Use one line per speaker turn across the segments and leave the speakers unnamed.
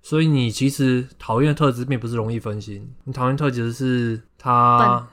所以你其实讨厌的特质并不是容易分心，你讨厌特质是他。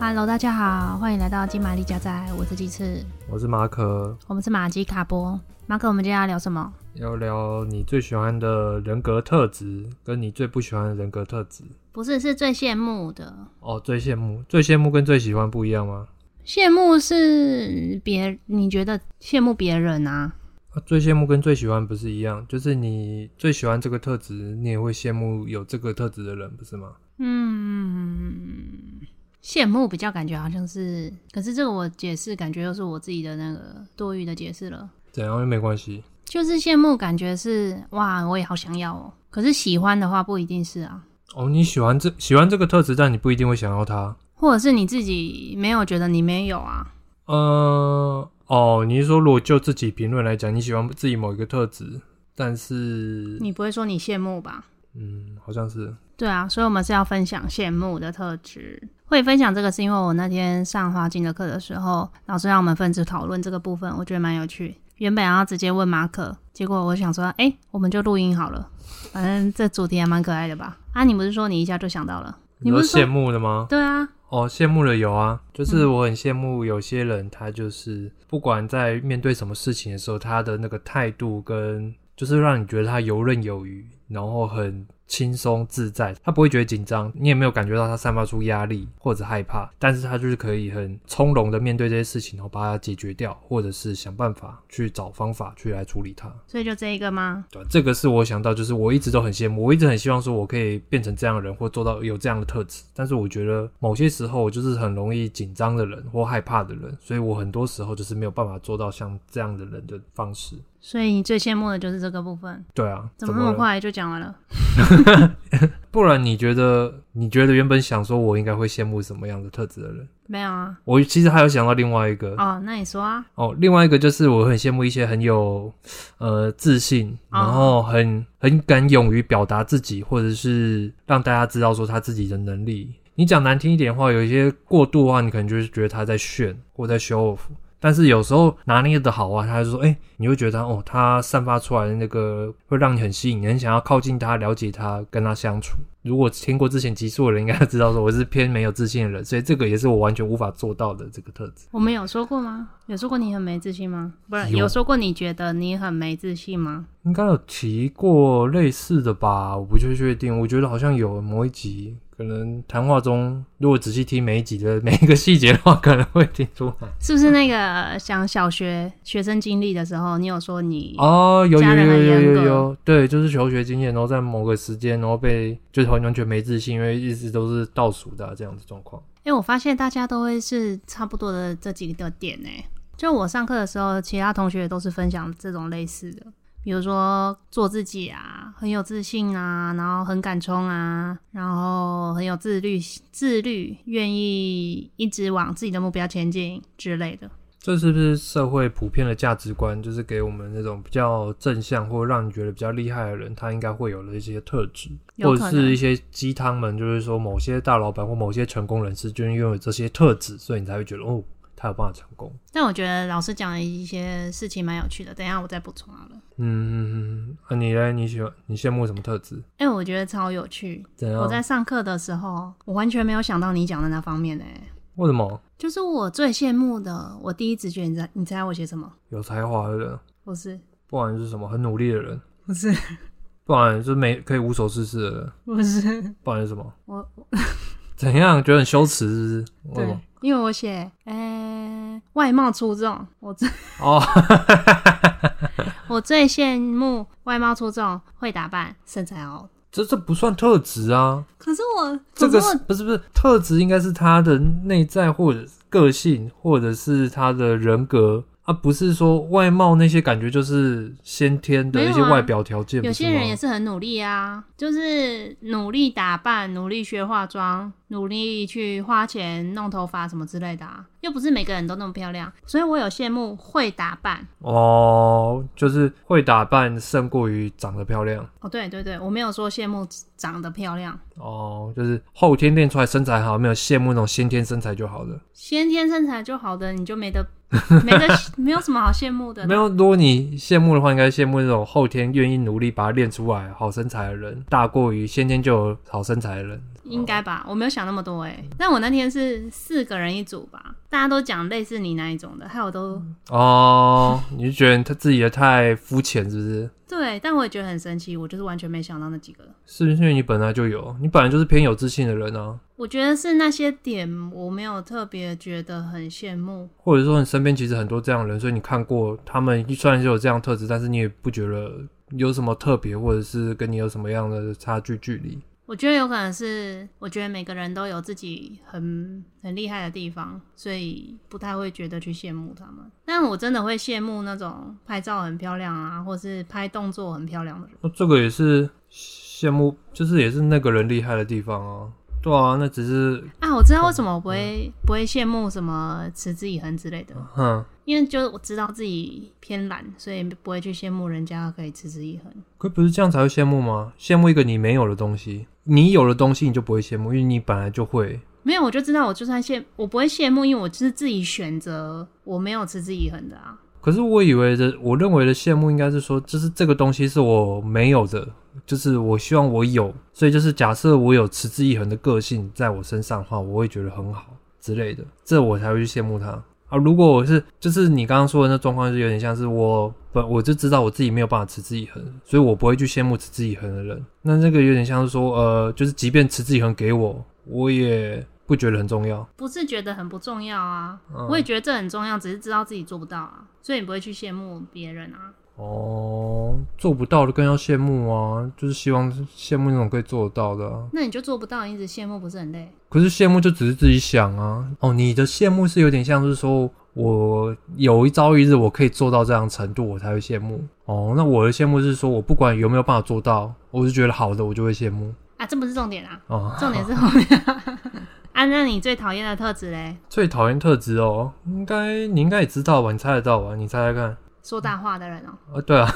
Hello，大家好，欢迎来到金玛丽家宅，我是鸡翅，
我是马可，
我们是马吉卡波。马可，我们今天要聊什么？
要聊你最喜欢的人格特质，跟你最不喜欢的人格特质。
不是，是最羡慕的。
哦，最羡慕，最羡慕跟最喜欢不一样吗？
羡慕是别，你觉得羡慕别人啊？
啊最羡慕跟最喜欢不是一样，就是你最喜欢这个特质，你也会羡慕有这个特质的人，不是吗？
嗯，羡慕比较感觉好像是，可是这个我解释感觉又是我自己的那个多余的解释了。
怎样又没关系。
就是羡慕，感觉是哇，我也好想要哦。可是喜欢的话不一定是啊，
哦，你喜欢这喜欢这个特质，但你不一定会想要它。
或者是你自己没有觉得你没有啊。
呃，哦，你是说如果就自己评论来讲，你喜欢自己某一个特质，但是，
你不会说你羡慕吧？
嗯，好像是，
对啊，所以我们是要分享羡慕的特质。会分享这个是因为我那天上花镜的课的时候，老师让我们分组讨论这个部分，我觉得蛮有趣。原本要直接问马可，结果我想说，哎、我们就录音好了，反正这主题还蛮可爱的吧？啊，你不是说你一下就想到了？你不
说
是说
羡慕的吗？
对啊，
哦，羡慕的有啊，就是我很羡慕有些人，他就是不管在面对什么事情的时候，他的那个态度跟就是让你觉得他游刃有余，然后很轻松自在，他不会觉得紧张，你也没有感觉到他散发出压力或者害怕，但是他就是可以很从容的面对这些事情，然后把它解决掉，或者是想办法去找方法去来处理它。
所以就这一个吗？
对，这个是我想到，就是我一直都很羡慕，我一直很希望说我可以变成这样的人，或做到有这样的特质。但是我觉得某些时候我就是很容易紧张的人或害怕的人，所以我很多时候就是没有办法做到像这样的人的方式。
所以你最羡慕的就是这个部分，
对啊，
怎么那么
了？
快就讲完了？
不然你觉得你觉得原本想说我应该会羡慕什么样的特质的人？
没有啊？
我其实还有想到另外一个
哦，那你说啊？
哦，另外一个就是我很羡慕一些很有呃自信，然后很很敢勇于表达自己，或者是让大家知道说他自己的能力。你讲难听一点的话，有一些过度的话，你可能就是觉得他在炫或在 show off。但是有时候拿捏的好啊，他就说，哎、你会觉得他哦，他散发出来的那个会让你很吸引，你很想要靠近他、了解他、跟他相处。如果听过之前集数的人，应该知道说我是偏没有自信的人，所以这个也是我完全无法做到的这个特质。
我们有说过吗？有说过你很没自信吗？不是，
有
有说过你觉得你很没自信吗？
应该有提过类似的吧，我不确确定。我觉得好像有某一集，可能谈话中，如果仔细听每一集的每 一个细节的话，可能会听出来。
是不是那个讲小学学生经历的时候，你有说你、
哦，有有
家人
有
很
有有
严格
有，对，就是求学经验，然后在某个时间，然后被就是完全没自信，因为一直都是倒数的啊、这样子状况。
哎、我发现大家都会是差不多的这几个点呢、就我上课的时候，其他同学也都是分享这种类似的，比如说做自己啊，很有自信啊，然后很敢冲啊，然后很有自律、自律，愿意一直往自己的目标前进之类的。
这是不是社会普遍的价值观？就是给我们那种比较正向或让你觉得比较厉害的人，他应该会有的一些特质，
有
或者
可能
是一些鸡汤们，就是说某些大老板或某些成功人士，就是拥有这些特质，所以你才会觉得哦，他有办法成功。
但我觉得老师讲的一些事情蛮有趣的，等一下我再补充好了。
嗯，啊、你呢？你喜欢你羡慕什么特质？
哎、我觉得超有趣。
怎
我
样？
在上课的时候，我完全没有想到你讲的那方面呢、欸
为什么
就是我最羡慕的，我第一直觉，你猜，你猜我写什么？
有才华的人，
不是，
不然就是什么很努力的人，
不是，
不然就是没可以无所事事的人，
不是，
不然是什么？
我
怎样？觉得很羞耻是不是？为什
对
么？，
因为我写，呃、外貌出众，我 最
哦，
我最羡慕外貌出众，会打扮，身材好。
这这不算特质啊。
可是我，
这个
可是
是
我
不是不是特质，应该是他的内在或者个性，或者是他的人格，而、不是说外貌那些感觉就是先天的
没
一
有啊
些外表条件。
有些人也
是
是很努力啊，就是努力打扮，努力学化妆，努力去花钱弄头发什么之类的啊。又不是每个人都那么漂亮，所以我有羡慕会打扮。
哦，就是会打扮胜过于长得漂亮。
哦，对对对，我没有说羡慕长得漂亮，
哦，就是后天练出来身材好，没有羡慕那种先天身材就好了。
先天身材就好的你就没 得没得没有什么好羡慕的。
没有，如果你羡慕的话，应该羡慕那种后天愿意努力把它练出来好身材的人，大过于先天就有好身材的人。
应该吧，我没有想那么多哎、但我那天是四个人一组吧，大家都讲类似你那一种的，还有都
嗯哦，你就觉得他自己的太肤浅，是不是？
对，但我也觉得很神奇，我就是完全没想到那几个。
是不是因为你本来就有，你本来就是偏有自信的人啊，
我觉得是那些点我没有特别觉得很羡慕，
或者说你身边其实很多这样的人，所以你看过他们虽然是有这样的特质，但是你也不觉得有什么特别，或者是跟你有什么样的差距距离。
我觉得有可能是我觉得每个人都有自己很很厉害的地方，所以不太会觉得去羡慕他们。但我真的会羡慕那种拍照很漂亮啊，或是拍动作很漂亮的人。
那这个也是羡慕，就是也是那个人厉害的地方啊。对啊，那只是，
啊，我知道为什么我不会、不会羡慕什么持之以恒之类的，
哼，
因为就是我知道自己偏懒，所以不会去羡慕人家可以持之以恒。
可不是这样才会羡慕吗？羡慕一个你没有的东西，你有的东西你就不会羡慕，因为你本来就会。
没有，我就知道我就算羡，我不会羡慕，因为我就是自己选择，我没有持之以恒的啊。
可是我以为的，我认为的羡慕应该是说，就是这个东西是我没有的，就是我希望我有，所以就是假设我有持之以恒的个性在我身上的话，我会觉得很好之类的，这我才会去羡慕他啊。如果我是就是你刚刚说的那状况，就有点像是我本我就知道我自己没有办法持之以恒，所以我不会去羡慕持之以恒的人。那那个有点像是说，呃，就是即便持之以恒给我，我也不觉得很重要。
不是觉得很不重要啊，
嗯
我也觉得这很重要，只是知道自己做不到啊，所以你不会去羡慕别人啊。
哦，做不到的更要羡慕啊，就是希望羡慕那种可以做得到的、啊。
那你就做不到，你一直羡慕不是很累？
可是羡慕就只是自己想啊。哦，你的羡慕是有点像是说，我有一朝一日我可以做到这样的程度，我才会羡慕。哦，那我的羡慕是说我不管有没有办法做到，我是觉得好的，我就会羡慕。
啊，这不是重点啊，
哦，
重点是后面啊。那你最讨厌的特质嘞？
最讨厌特质哦，应该你应该也知道吧？你猜得到吧？你猜猜看。
说大话的人哦、
啊，对啊，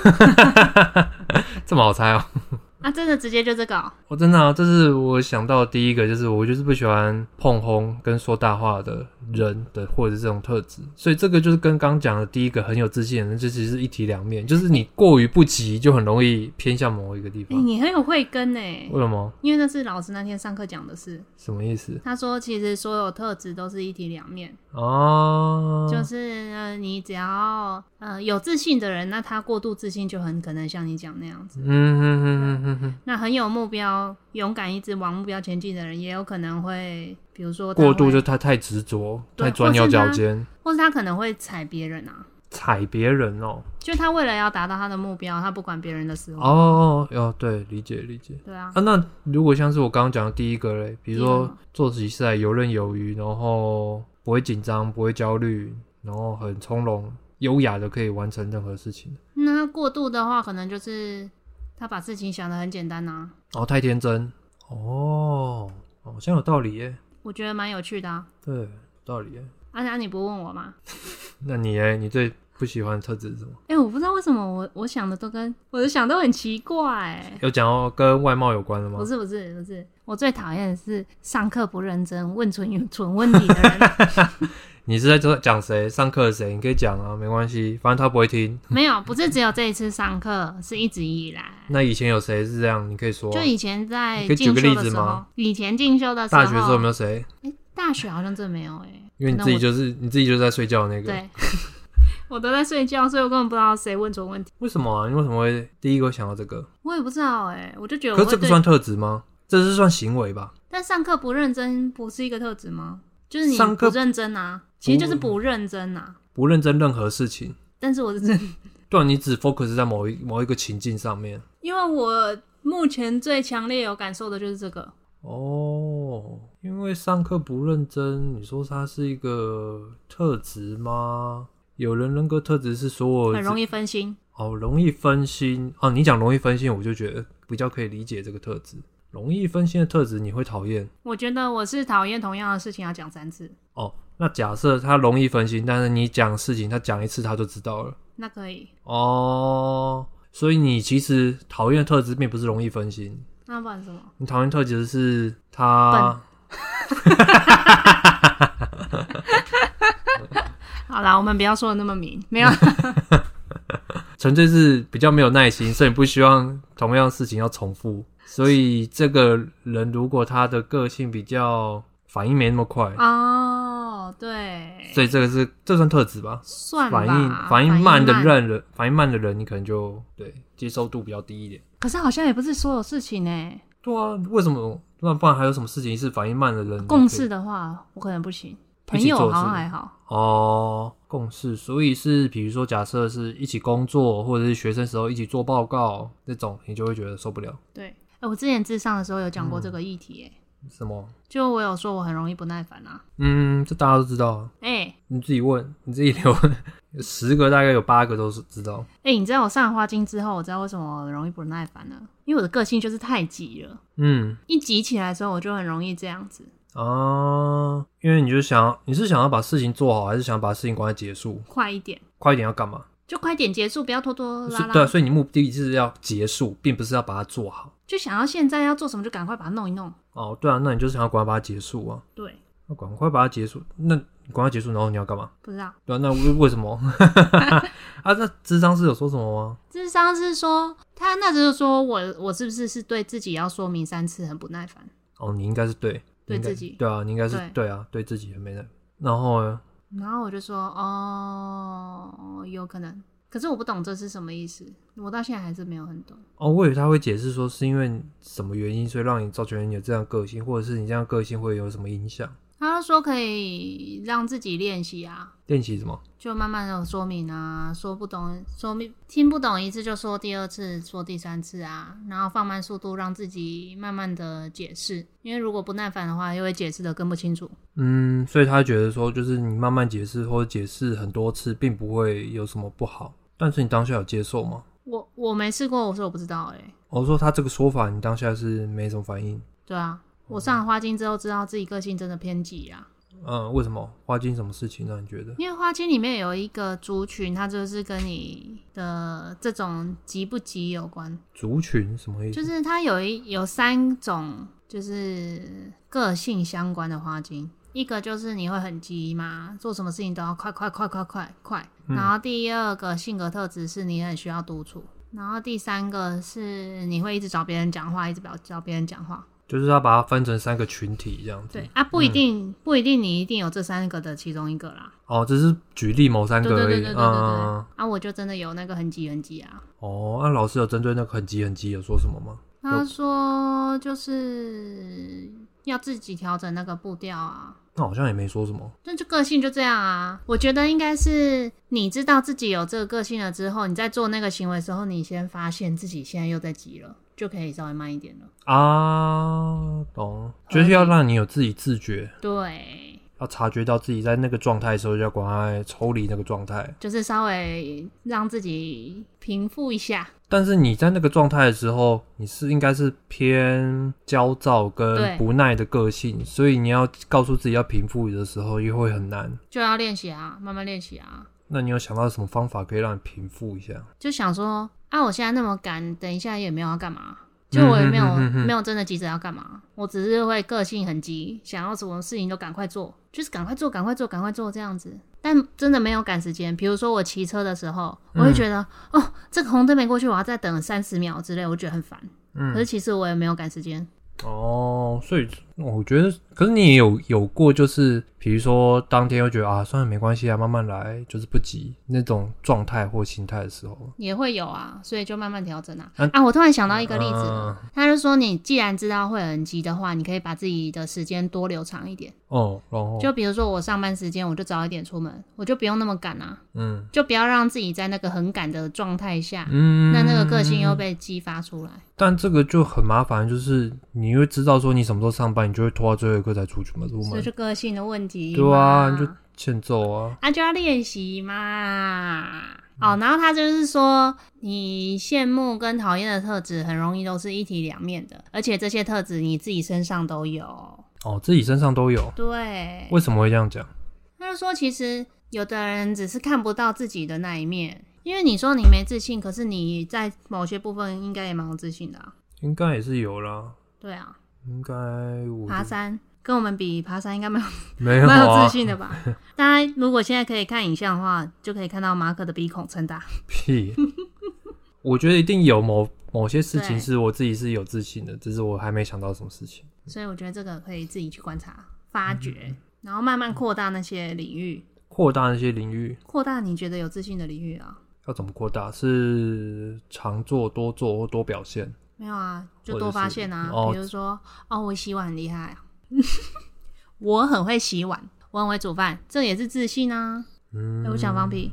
这么好猜哦。
啊，真的直接就这个、哦，
我、真的、啊，这是我想到的第一个，就是我就是不喜欢碰轰跟说大话的人的，或者是这种特质。所以这个就是跟刚讲的第一个很有自信的人，这其实是一体两面，就是你过于不及，就很容易偏向某一个地
哎、
方。
你很有慧根呢、欸
为什么？
因为那是老师那天上课讲的事。
什么意思
他说，其实所有特质都是一体两面，
啊？
就是、呃、你只要呃有自信的人，那他过度自信就很可能像你讲那样子；
嗯哼哼哼哼哼，
那很有目标、勇敢一直往目标前进的人，也有可能会，比如说他
过度
会
就他太执着，
对
太钻牛角
或
尖，
或是他可能会踩别人啊，
踩别人哦。
就他为了要达到他的目标，他不管别人的死活。
哦哦，对，理解理解。
对啊，
啊，那如果像是我刚刚讲的第一个嘞，比如
第一个
说
吗
做起事来游刃有余，然后不会紧张，不会焦虑，然后很从容、优雅的可以完成任何事情。
那他过度的话，可能就是他把事情想得很简单啊，
哦，太天真哦，好像有道理耶，
我觉得蛮有趣的啊。
对，有道理耶。
阿南，你不问我吗？
那你哎，你最不喜欢的特质是什么？
哎、我不知道为什么我我想的都跟我的想都很奇怪、欸
有讲到跟外貌有关的吗
不？是不是不是，我最讨厌的是上课不认真、问蠢蠢问题的 人。
你是在这讲谁？上课的谁？你可以讲啊，没关系，反正他不会听。
没有，不是只有这一次上课，是一直以来。
那以前有谁是这样？你可以说啊、
就以前在
你可以举
进
个
修
例
的
子
时候
吗，
以前进修的时候，
大学的时候有没有谁？
大学好像真的没有哎、
因为你
可能
自己
我
就是你自己就是在睡觉的那个。
对， 我都在睡觉，所以我根本不知道谁问蠢问题，
为什么啊？你为什么会第一个会想到这个？
我也不知道哎、我就觉得
可
我
是这
会
不
对，
算特质吗？这是算行为吧？
但上课不认真不是一个特质吗？就是你
上
不
课
认真啊，其实就是不认真啊。
不认真任何事情，
但是我是真的，
对啊、你只 focus 在某一某一个情境上面。
因为我目前最强烈有感受的就是这个，
哦，因为上课不认真，你说它是一个特质吗？有人人格特质是所有
很容
易
易分心。
哦容易分心哦，你讲容易分心，我就觉得比较可以理解这个特质。容易分心的特质，你会讨厌
我觉得我是讨厌同样的事情要讲三次，
哦。那假设他容易分心，但是你讲事情，他讲一次他就知道了
那可以。
哦。所以你其实讨厌的特质并不是容易分心，
那不然什么？
你讨厌的特质是他
好啦，我们不要说的那么明，没有
纯粹是比较没有耐心，所以不希望同样事情要重复。所以这个人如果他的个性比较反应没那么快，
啊哦，对，
所以这个是这算特质吧？
算吧
反应反应慢的，人人，反应慢的人，你可能就对接受度比较低一点。
可是好像也不是所有事情呢、欸
对啊，为什么？那不然还有什么事情是反应慢的人
共事的话，我可能不行，
嗯一
朋
起
友
做
好
事
像还好。
哦？共事，所以是比如说，假设是一起工作，或者是学生时候一起做报告那种，你就会觉得受不了。
对，哎、我之前智商的时候有讲过这个议题、欸，
什么？
就我有说我很容易不耐烦啊，
嗯，这大家都知道啊。
哎、
你自己问，你自己留， 有十个大概有八个都是知道。
哎、你知道我上了花精之后，我知道为什么我容易不耐烦了，因为我的个性就是太急了，
嗯
一急起来的时候我就很容易这样子。
啊，因为你就想，你是想要把事情做好，还是想把事情赶快结束？
快一点，
快一点要干嘛？
就快点结束，不要拖拖拉
是对啊，
拉。
所以你目的是要结束，并不是要把它做好。
就想要现在要做什么就赶快把它弄一弄。
哦，对啊，那你就是想要赶快把它结束啊，
对，
那赶快把它结束，那你赶快结束，然后你要干嘛？
不知道。
对啊，那为为什 么？啊，那智商是有说什么吗？
智商是说，他那时候说我我是不是是对自己要说明三次很不耐烦？
哦，你应该是对，你
对
应该
自己
对啊，你应该是
对
对啊，对自己也没的。然后呢
然后我就说哦，有可能，可是我不懂这是什么意思，我到现在还是没有很懂。
哦，我以为他会解释说是因为什么原因，所以让你造成你有这样的个性，或者是你这样的个性会有什么影响？
他说可以让自己练习啊，
练习什么？
就慢慢的说明啊，说不懂说明听不懂一次就说第二次，说第三次啊，然后放慢速度，让自己慢慢的解释，因为如果不耐烦的话，又会解释的更不清楚。
嗯，所以他觉得说，就是你慢慢解释或者解释很多次，并不会有什么不好。但是你当下有接受吗？哦
我我没试过，我说我不知道哎、
我说他这个说法，你当下是没什么反应。
对啊，我上了花精之后，知道自己个性真的偏激啊。
嗯，为什么花精什么事情让你觉得？
因为花精里面有一个族群，它就是跟你的这种急不急有关，
族群什么意思？
就是它有一有三种就是个性相关的花精。一个就是你会很急嘛，做什么事情都要快快快快快快。
嗯
然后第二个性格特质是你很需要独处，然后第三个是你会一直找别人讲话，一直找找别人讲话。
就是他把它分成三个群体这样子。
对，啊，不一定、不一定你一定有这三个的其中一个啦。
哦，只是举例某三
对
个
对
而
对
已。
对对对对，
嗯，
啊，我就真的有那个很急很急啊。
哦，那、老师有针对那个很急很急有说什么吗？
他说就是要自己调整那个步调啊，
那好像也没说什么。
那就个性就这样啊。我觉得应该是你知道自己有这个个性了之后，你在做那个行为的时候，你先发现自己现在又在急了，就可以稍微慢一点了。
啊，懂，
合
就是要
理
让你有自己自觉，
对，
要察觉到自己在那个状态的时候，就要赶快抽离那个状态。
就是稍微让自己平复一下。
但是你在那个状态的时候，你是应该是偏焦躁跟
对
不耐的个性，所以你要告诉自己要平复的时候，又会很难。
就要练习啊，慢慢练习啊。
那你有想到什么方法可以让你平复一下？
就想说啊，我现在那么赶，等一下也没有要干嘛，就我也没有、
嗯哼嗯哼嗯哼
没有真的急着要干嘛，我只是会个性很急，想要什么事情都赶快做，就是赶快做，赶快做，赶快做这样子。但真的没有赶时间，比如说我骑车的时候，我会
嗯
觉得、哦，这个红灯没过去，我要再等三十秒之类，我觉得很烦。可
嗯
是，其实我也没有赶时间，
哦，所以我觉得，可是你也有有过，就是比如说当天又觉得啊，算了，没关系啊，慢慢来，就是不急那种状态或心态的时候吗。
也会有啊，所以就慢慢调整啊。
嗯
啊，我突然想到一个例子了，
嗯
他就说你既然知道会很急的话，你可以把自己的时间多留长一点。
哦，然后
就比如说我上班时间，我就早一点出门，我就不用那么赶啊，
嗯
就不要让自己在那个很赶的状态下，
嗯，
那那个个性又被激发出来。
但这个就很麻烦，就是你会知道说你什么时候上班，你就会拖到最后一刻才出去嘛，出
所以
门
就个性的问题嘛。
对啊你就欠揍啊。
啊就要练习嘛。哦，然后他就是说，你羡慕跟讨厌的特质很容易都是一体两面的，而且这些特质你自己身上都有。
哦，自己身上都有，
对，
为什么会这样讲？
他就说，其实有的人只是看不到自己的那一面，因为你说你没自信，可是你在某些部分应该也蛮有自信的、啊。
应该也是有啦，
对啊，
应该我
爬山跟我们比，爬山应该没有
没有
蛮有
啊
自，信的吧？大家如果现在可以看影像的话，就可以看到马可的鼻孔撑大。
屁， 我觉得一定有某某些事
对
情是我自己是有自信的，只是我还没想到什么事情。
所以我觉得这个可以自己去观察、发掘，然后慢慢扩大那些领域，
扩大那些领域
扩大你觉得有自信的领域啊。
要怎么扩大？是常做、多做或多表现？
没有啊，就
或者
多
是
发现啊。
哦
比如说，哦，我洗碗很厉害、啊， 我很会洗碗，我很会煮饭，这也是自信啊。
嗯
哎，我想放屁，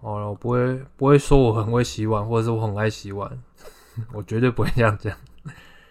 好了，我不会不会说我很会洗碗，或者是我很爱洗碗， 我绝对不会这样讲。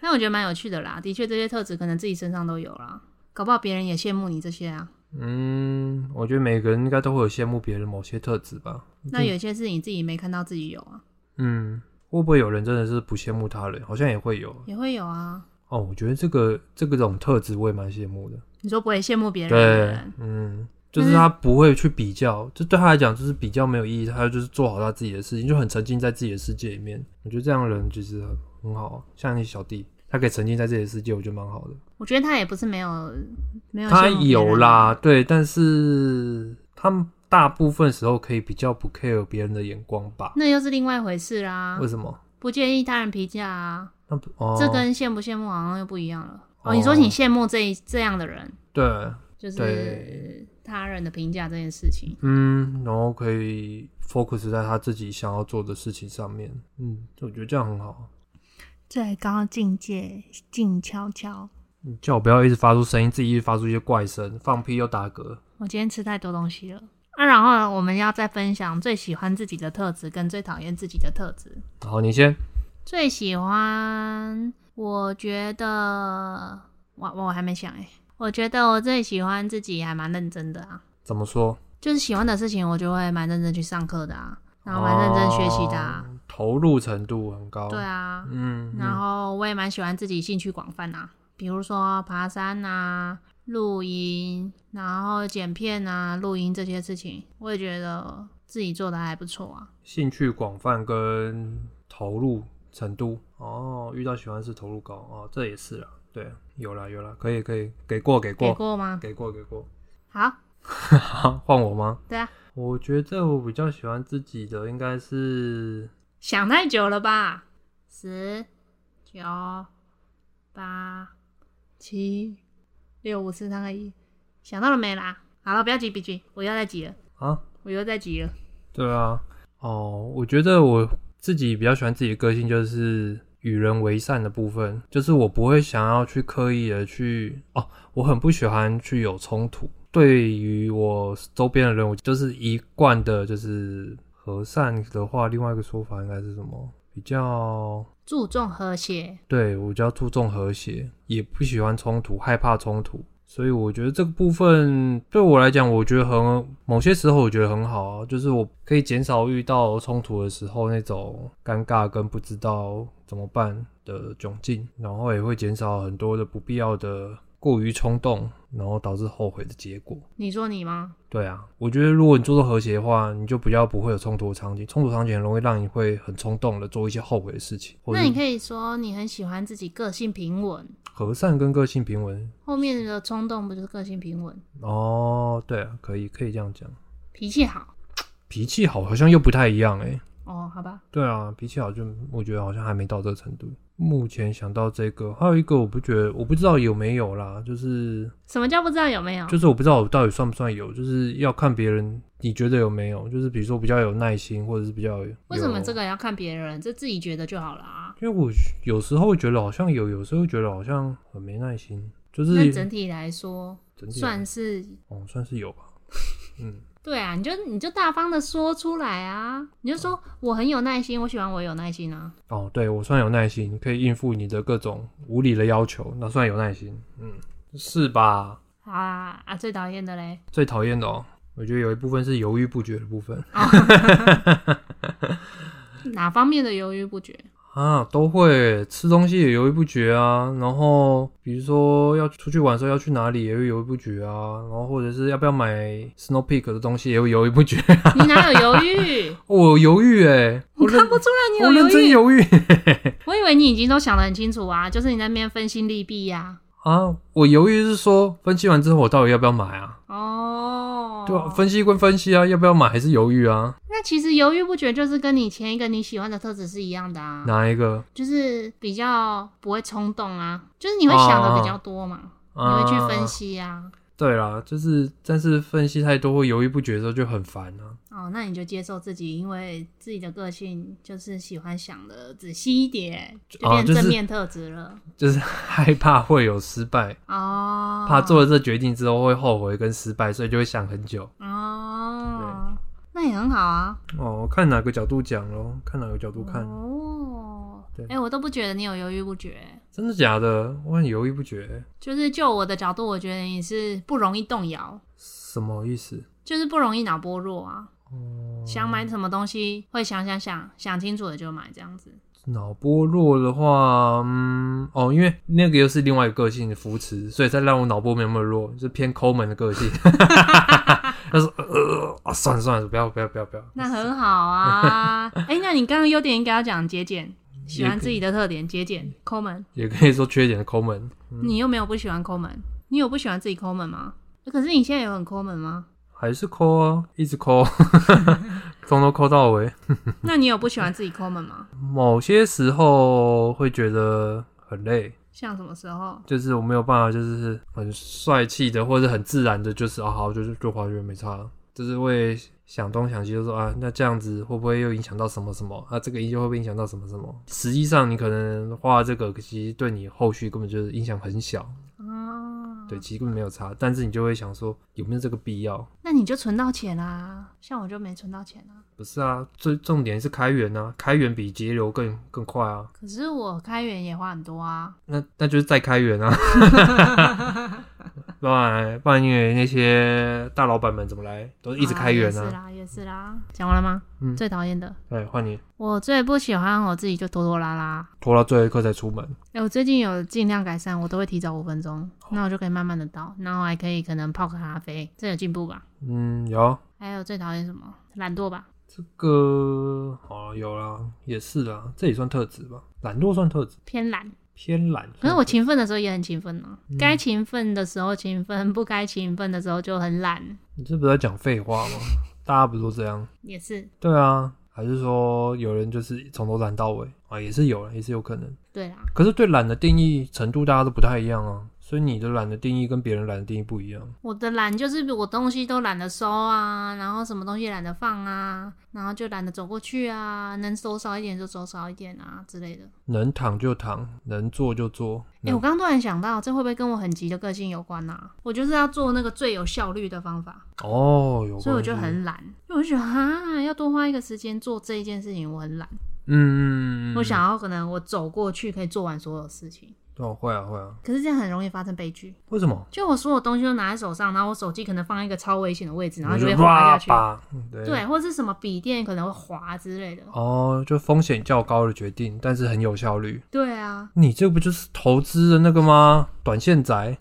那我觉得蛮有趣的啦。的确，这些特质可能自己身上都有啦，搞不好别人也羡慕你这些啊。
嗯，我觉得每个人应该都会有羡慕别人某些特质吧。
那有些是你自己没看到自己有啊，
嗯，会不会有人真的是不羡慕他人？好像也会有
也会有啊。
哦。我觉得这个这个种特质我也蛮羡慕的。
你说不会羡慕别人的
对
人，，
嗯，就是他不会去比较，这对他来讲就是比较没有意义，他就是做好他自己的事情，就很沉浸在自己的世界里面。我觉得这样的人其实很很好啊，像你小弟，他可以沉浸在自己的世界，我觉得蛮好的。
我觉得他也不是没有没有
他
羡慕别人啊
有啦，，对，但是他们大部分时候可以比较不 care 别人的眼光吧？
那又是另外一回事啦
为。什么？
不建议他人评价啊，
那不哦，
嗯这跟羡不羡慕好像又不一样了。哦，
哦
你说你羡慕这一这样的人，
对，
就是
对
他人的评价这件事情，
嗯，然后可以 focus 在他自己想要做的事情上面，嗯，我觉得这样很好。
最高境界静悄悄。
你叫我不要一直发出声音，自己一直发出一些怪声，放屁又打嗝。
我今天吃太多东西了。那、然后呢，我们要再分享最喜欢自己的特质跟最讨厌自己的特质。
好，你先，
最喜欢，我觉得我我还没想哎、我觉得我最喜欢自己还蛮认真的啊，
怎么说？
就是喜欢的事情我就会蛮认真去上课的啊，然后蛮认真学习的啊，
哦投入程度很高。
对，啊，
嗯，
然后我也蛮喜欢自己兴趣广泛啊，比如说爬山啊、露营，然后剪片啊、录音这些事情，我也觉得自己做的还不错啊。
兴趣广泛跟投入程度，哦，遇到喜欢是投入高，哦，这也是啦，对，啊有啦有啦，可以可以，给过给
给
过
过吗？
给过给过，
好，
换我吗？
对啊，
我觉得我比较喜欢自己的应该是
想太久了吧？十、九、八、七、六、五、四、三、二、一，想到了没啦？好了，不要急，别急，我又在急了，
啊，
我又在急了。
对啊，哦，我觉得我自己比较喜欢自己的个性就是与人为善的部分，就是我不会想要去刻意的去哦，我很不喜欢去有冲突。对于我周边的人，我就是一贯的，就是和善的话，另外一个说法应该是什么？比较
注重和谐，
对我比较注重和谐，也不喜欢冲突，害怕冲突，所以我觉得这个部分对我来讲，我觉得很某些时候我觉得很好啊，就是我可以减少遇到冲突的时候那种尴尬跟不知道怎么办的窘境，然后也会减少很多的不必要的过于冲动，然后导致后悔的结果。
你说你吗？
对啊，我觉得如果你做到和谐的话，你就比较不会有冲突的场景。冲突场景很容易让你会很冲动的做一些后悔的事情，或者
那你可以说你很喜欢自己个性平稳，
和善跟个性平稳
后面的冲动不就是个性平稳，
哦，对啊，可以可以这样讲。
脾气好
脾气好好像又不太一样诶。
哦？好吧，
对啊，脾气好就我觉得好像还没到这个程度。目前想到这个，还有一个我不觉得我不知道有没有啦，就是
什么叫不知道有没有？
就是我不知道我到底算不算有，就是要看别人你觉得有没有，就是比如说比较有耐心，或者是比较有
为什么这
个？
个要看别人？这自己觉得就好了啊。
因为我有时候觉得好像有，有时候觉得好像很没耐心，就是
那整体来说，
整体
算是
哦算是有吧，嗯。
对啊，你就你就大方的说出来啊，你就说我很有耐心，我喜欢我有耐心啊。
哦，对我算有耐心，可以应付你的各种无理的要求，那算有耐心，嗯，是吧？
好啊啊，最讨厌的嘞，
最讨厌的哦，我觉得有一部分是犹豫不决的部分
哦 哪方面的犹豫不决？
啊，都会吃东西也犹豫不决啊，然后比如说要出去玩的时候要去哪里也会犹豫不决啊，然后或者是要不要买 Snow Peak 的东西也会犹豫不决。
你哪有犹豫？
我犹豫哎、
我
我认
看不出来
我
你
认
有犹
真
豫。
犹豫
我以为你已经都想得很清楚啊，就是你在那边分心利弊呀、
啊，我犹豫是说分析完之后我到底要不要买啊？
哦，
对啊，分析归分析啊，要不要买还是犹豫啊？
那其实犹豫不决就是跟你前一个你喜欢的特质是一样的啊，
哪一个？
就是比较不会冲动啊，就是你会想的比较多嘛，
啊、
你会去分。析啊。
对啦，就是但是分析太多会犹豫不决的时候就很烦啊。
哦，那你就接受自己，因为自己的个性就是喜欢想的仔细一点，就
哦
变
就是
正面特质了。
就是 害怕会有失败，
哦，
怕做了这决定之后会后悔跟失败，所以就会想很久。
哦，那也很好啊。
哦，看哪个角度讲咯，看哪个角度看，
哦，
对
哎、我都不觉得你有犹豫不决、
真的假的？我很犹豫不决，
就是就我的角度，我觉得你是不容易动摇，
什么意思？
就是不容易脑波弱啊。
哦，
想买什么东西会想想想想清楚了就买这样子。
脑波弱的话，嗯，哦，因为那个又是另外一个个性的扶持，所以才让我脑波没有那么弱，就是偏抠门的个 性。他说：“呃，啊，算了算了，不要不要不要不要。
那很好啊。哎、那你刚刚优点应该要讲节俭，喜欢自己的特点，节俭抠门。
也可以说缺点的抠门，
你又没有不喜欢抠门，你有不喜欢自己抠门吗？可是你现在有很抠门吗？
还是抠啊，一直抠， 从头抠到尾。
那你有不喜欢自己抠门吗？
某些时候会觉得很累，
像什么时候？
就是我没有办法，就是很帅气的或者很自然的，就是啊好，就是就滑雪没差了，就是会想东想西，就说啊，那这样子会不会又影响到什么什么？啊，这个音会不会影响到什么什么？实际上你可能花这个，其实对你后续根本就是影响很小，
啊，
对，其实根本没有差，但是你就会想说有没有这个必要？
那你就存到钱啦、啊。像我就没存到钱啊。
不是啊，最重点是开源啊，开源比节流更更快啊，
可是我开源也花很多啊。
那那就是再开源啊， 不然不然因为那些大老板们怎么来，都一直开源
也
啊
是。啦，也是啦。讲完了吗？
嗯
最讨厌的，
哎，换你
我最不喜欢我自己就拖拖拉拉。
拖到最后一刻才出门，
哎、我最近有尽量改善，我都会提早五分钟，
哦
那我就可以慢慢的到，然后还可以可能泡个咖啡，这有进步吧？
嗯，有
还有最讨厌什么？懒惰吧？
这个哦，有啦，也是啦，这也算特质吧，懒惰算特质，
偏懒。
偏懒算特质。
可是我勤奋的时候也很勤奋呢、
嗯
该勤奋的时候勤奋，不该勤奋的时候就很懒，
你这不是在讲废话吗？大家不都这样？
也是
对啊，还是说有人就是从头懒到尾啊？也是有，也是有可能。
对啦。
可是对懒的定义程度大家都不太一样啊，所以你的懒的定义跟别人懒的定义不一样。
我的懒就是我东西都懒得收啊，然后什么东西懒得放啊，然后就懒得走过去啊，能收少一点就收少一点啊之类的。
能躺就躺，能坐就坐。
哎、
能
我刚刚突然想到，这会不会跟我很急的个性有关啊？我就是要做那个最有效率的方法，
哦，有关系，
所以我就很懒，因为我就觉得啊，要多花一个时间做这一件事情，我很懒。
嗯，
我想要可能我走过去可以做完所有事情，
哦，会啊会啊，
可是这样很容易发生悲剧。
为什么？
就我所有东西都拿在手上，然后我手机可能放在一个超危险的位置，然后就
你
会
就
滑下
哇
去。
吧，嗯对
对，或是什么笔电可能会滑之类的。
哦，就风险较高的决定，但是很有效率。
对啊，
你这不就是投资的那个吗？短线宅，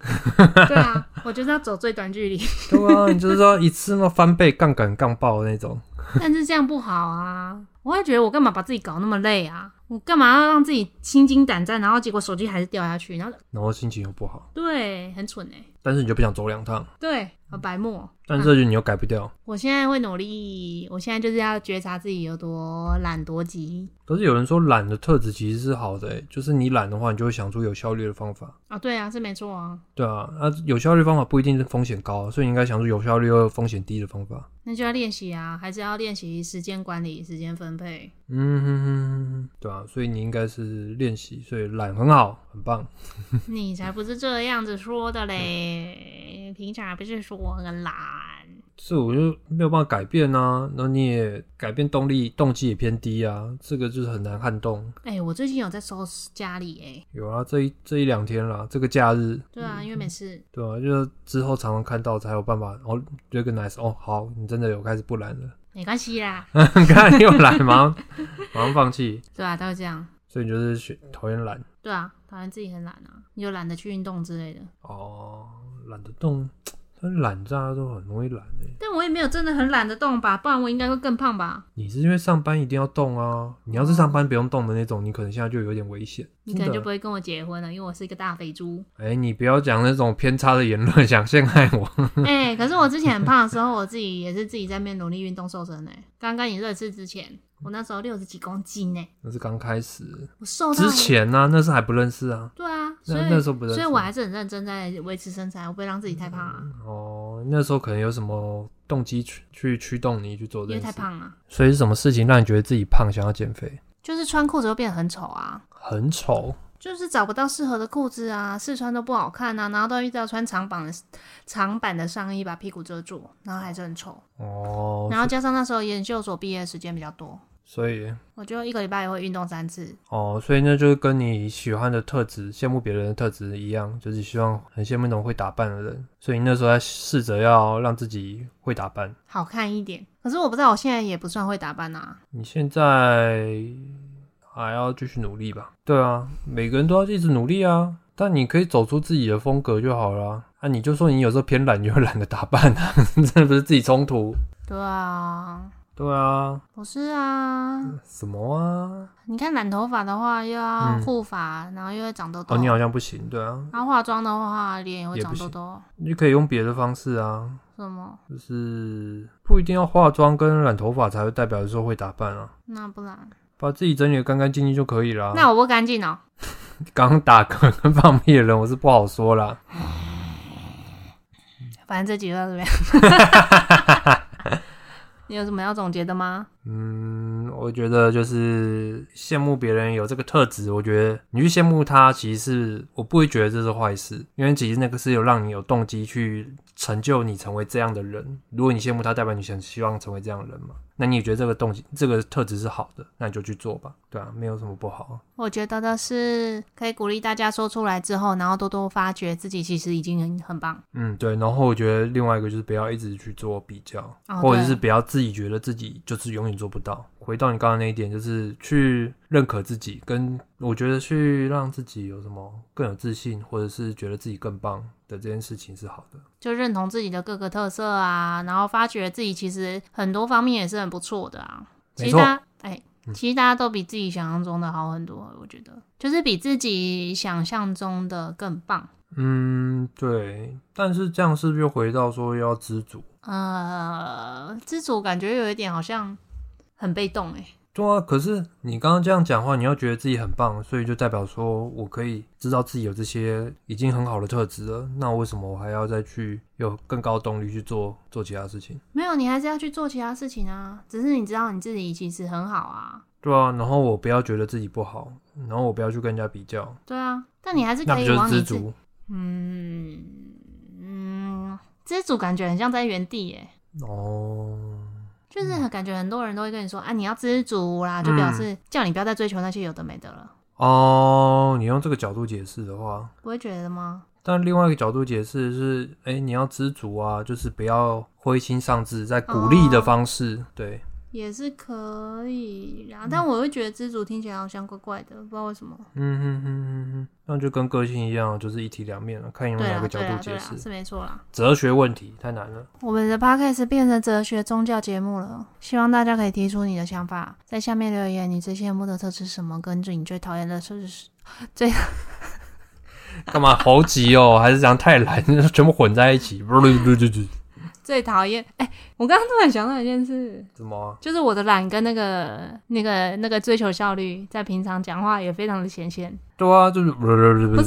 对啊，我就是要走最短距离，
对啊，你就是要一次那翻倍杠杆杠爆的那种。
但是这样不好啊。我会觉得我干嘛把自己搞那么累啊？我干嘛要让自己心惊胆战，然后结果手机还是掉下去，然后
然后心情又不好，
对，很蠢哎、
但是你就不想走两趟，
对，很白目。哦
但是这就你又改不掉。
我现在会努力，我现在就是要觉察自己有多懒多急
可是有人说懒的特质其实是好的、欸，就是你懒的话，你就会想出有效率的方法。
啊。对啊，是没错啊。
对啊，那、有效率方法不一定是风险高，啊所以你应该想出有效率又风险低的方法。
那就要练习啊，还是要练习时间管理、时间分配。
嗯哼哼哼，对啊，所以你应该是练习，所以懒很好，很棒。
嗯你才不是这样子说的嘞！平常还不是说我很懒，
这我就没有办法改变啊。那你也改变动力，动机也偏低啊，这个就是很难撼动。
哎、我最近有在收拾家里哎、
有啊，这一这一两天啦，这个假日，
对啊，因为每次
对啊，就是之后常常看到才有办法哦，recognize 哦，好，你真的有开始不懒了，
没关系 啦，
你看又来，马上 马上放弃，
对啊，他会这样，
所以你就是选讨厌懒
对啊，讨厌自己很懒啊，你就懒得去运动之类的。
哦，懒得动，但懒大家都很容易懒欸诶、
但我也没有真的很懒得动吧，不然我应该会更胖吧？
你是因为上班一定要动啊，你要是上班不用动的那种，你可能现在就有点危险。
你可能
真的
就不会跟我结婚了，因为我是一个大肥 猪。
哎、你不要讲那种偏差的言论，想陷害我。
哎、可是我之前很胖的时候，我自己也是自己在面努力运动瘦身哎、刚刚你认识之前，我那时候六十几公斤哎、
那是刚开始，
我瘦到
之前呢、那是还不认识啊，
对啊，所
那
以
那时候不认识。啊
所以我还是很认真在维持身材，我不会让自己太胖啊，
哦，那时候可能有什么动机去去驱动你去做
因
这
为
件
太
事。
胖啊，
所以是什么事情让你觉得自己胖，想要减肥？
就是穿裤子会变得很丑啊。
很丑，
就是找不到适合的裤子啊，试穿都不好看啊，然后都一直要穿长版的长版的上衣把屁股遮住，然后还是很丑。
哦，
然后加上那时候研究所毕业的时间比较多，
所以
我就一个礼拜会运动三次。
哦，所以那就是跟你喜欢的特质、羡慕别人的特质一样，就是希望很羡慕那种会打扮的人。所以你那时候在试着要让自己会打扮。
好看一点。可是我不知道，我现在也不算会打扮啊。
你现在还要继续努力吧？对啊，每个人都要一直努力啊。但你可以走出自己的风格就好了啊。啊，你就说你有时候偏懒，你就懒得打扮啊， 这不是自己冲突？
对啊，
对啊，
不是啊。
什么啊？
你看染头发的话，又要
嗯
护发，然后又会长痘痘。
哦，你好像不行，对啊，
然后化妆的话，脸也会
也
长
不
痘
行
痘。
你可以用别的方式啊，
什么？
就是不一定要化妆跟染头发才会代表说会打扮啊，
那不然？
把自己整理的干干净净就可以啦。
那我不干净哦。
刚打嗝跟放屁的人，我是不好说啦。
反正这集就到这 边。你有什么要总结的吗？
嗯，我觉得就是羡慕别人有这个特质，我觉得你去羡慕他，其实是我不会觉得这是坏事，因为其实那个是有让你有动机去成就你成为这样的人。如果你羡慕他，代表你想希望成为这样的人嘛，那你也觉得这个动机、这个特质是好的，那你就去做吧，对啊，没有什么不好啊。
我觉得的是可以鼓励大家说出来之后，然后多多发掘自己其实已经很很棒。
嗯，对。然后我觉得另外一个就是不要一直去做比较，
哦
或者
对
是不要自己觉得自己就是永远做不到。回到你刚刚那一点，就是去认可自己，跟我觉得去让自己有什么更有自信，或者是觉得自己更棒的这件事情是好的。
就认同自己的各个特色啊，然后发觉自己其实很多方面也是很不错的啊。其
没
实
错嗯
大家哎，其实大家都比自己想象中的好很多，我觉得就是比自己想象中的更棒。
嗯，对。但是这样是不是又回到说要知足？
呃，知足感觉有一点好像很被动哎、
对啊，可是你刚刚这样讲话，你要觉得自己很棒，所以就代表说我可以知道自己有这些已经很好的特质了。那为什么我还要再去有更高的动力去做做其他事情？
没有，你还是要去做其他事情啊。只是你知道你自己其实很好啊，
对啊，然后我不要觉得自己不好，然后我不要去跟人家比较，
对啊，但你还是
那
可
不
以
就是
往你
知
自
足？
嗯嗯，知足感觉很像在原地耶、
哦，
就是很感觉很多人都会跟你说，啊，你要知足啦，就
嗯
表示叫你不要再追求那些有的没的了，
哦，你用这个角度解释的话，
不会觉得吗？
但另外一个角度解释是，哎、你要知足啊，就是不要灰心丧志，在鼓励
哦
的方式，对，
也是可以啦，但我会觉得知足听起来好像怪怪的，不知道为什么。
嗯哼哼哼哼，那就跟个性一样，就是一体两面了，看你用
对
哪
啊，
个角
对
度
啊，
解
对
释
啊，。是没错啦。
哲学问题太难了，
我们的 podcast 变成哲学宗教节目了，希望大家可以提出你的想法，在下面留言，你最羡慕的特质是什么，跟着你最讨厌的特质是
干嘛猴急哦？ 还是讲太懒，全部混在一起， 不是不是不是不是
最讨厌。哎、我刚刚突然想到一件事，
怎么啊？
就是我的懒跟那个、那个、那个追求效率，在平常讲话也非常的显现。
对啊，就是不是
不是不是不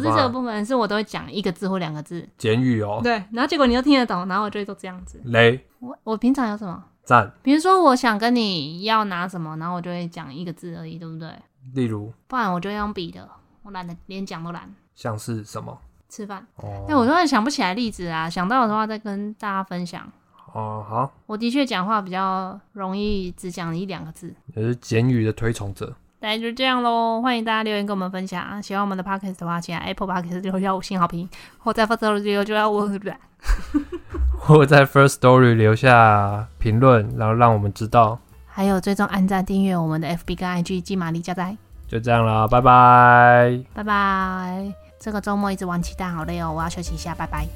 是这
哇
个部分，是我都会讲一个字或两个字，
简语哦，
对，然后结果你又听得懂，然后我就会都这样子。
雷
我我平常有什么？
赞，
比如说我想跟你要拿什么，然后我就会讲一个字而已，对不对？
例如
不然我就用笔的，我懒得连讲都懒。
像是什么？
吃饭，哎
哦，
但我突然想不起来例子啊，想到的话再跟大家分享。
哦，好，
我的确讲话比较容易只讲一两个字。
也是简语的推崇者。
大概就是这样喽，欢迎大家留言跟我们分享。喜欢我们的 podcast 的话，请在 Apple podcast 留下五星好评，或在 f i r s t o 留就要我软。
或在 First Story 留下评论，然后让我们知道。
还有追踪、哎按赞、订阅我们的 FB 跟 IG 金玛丽加载，
就这样啦，拜拜。
拜拜。这个周末一直玩鸡蛋，好累哦，我要休息一下，拜拜。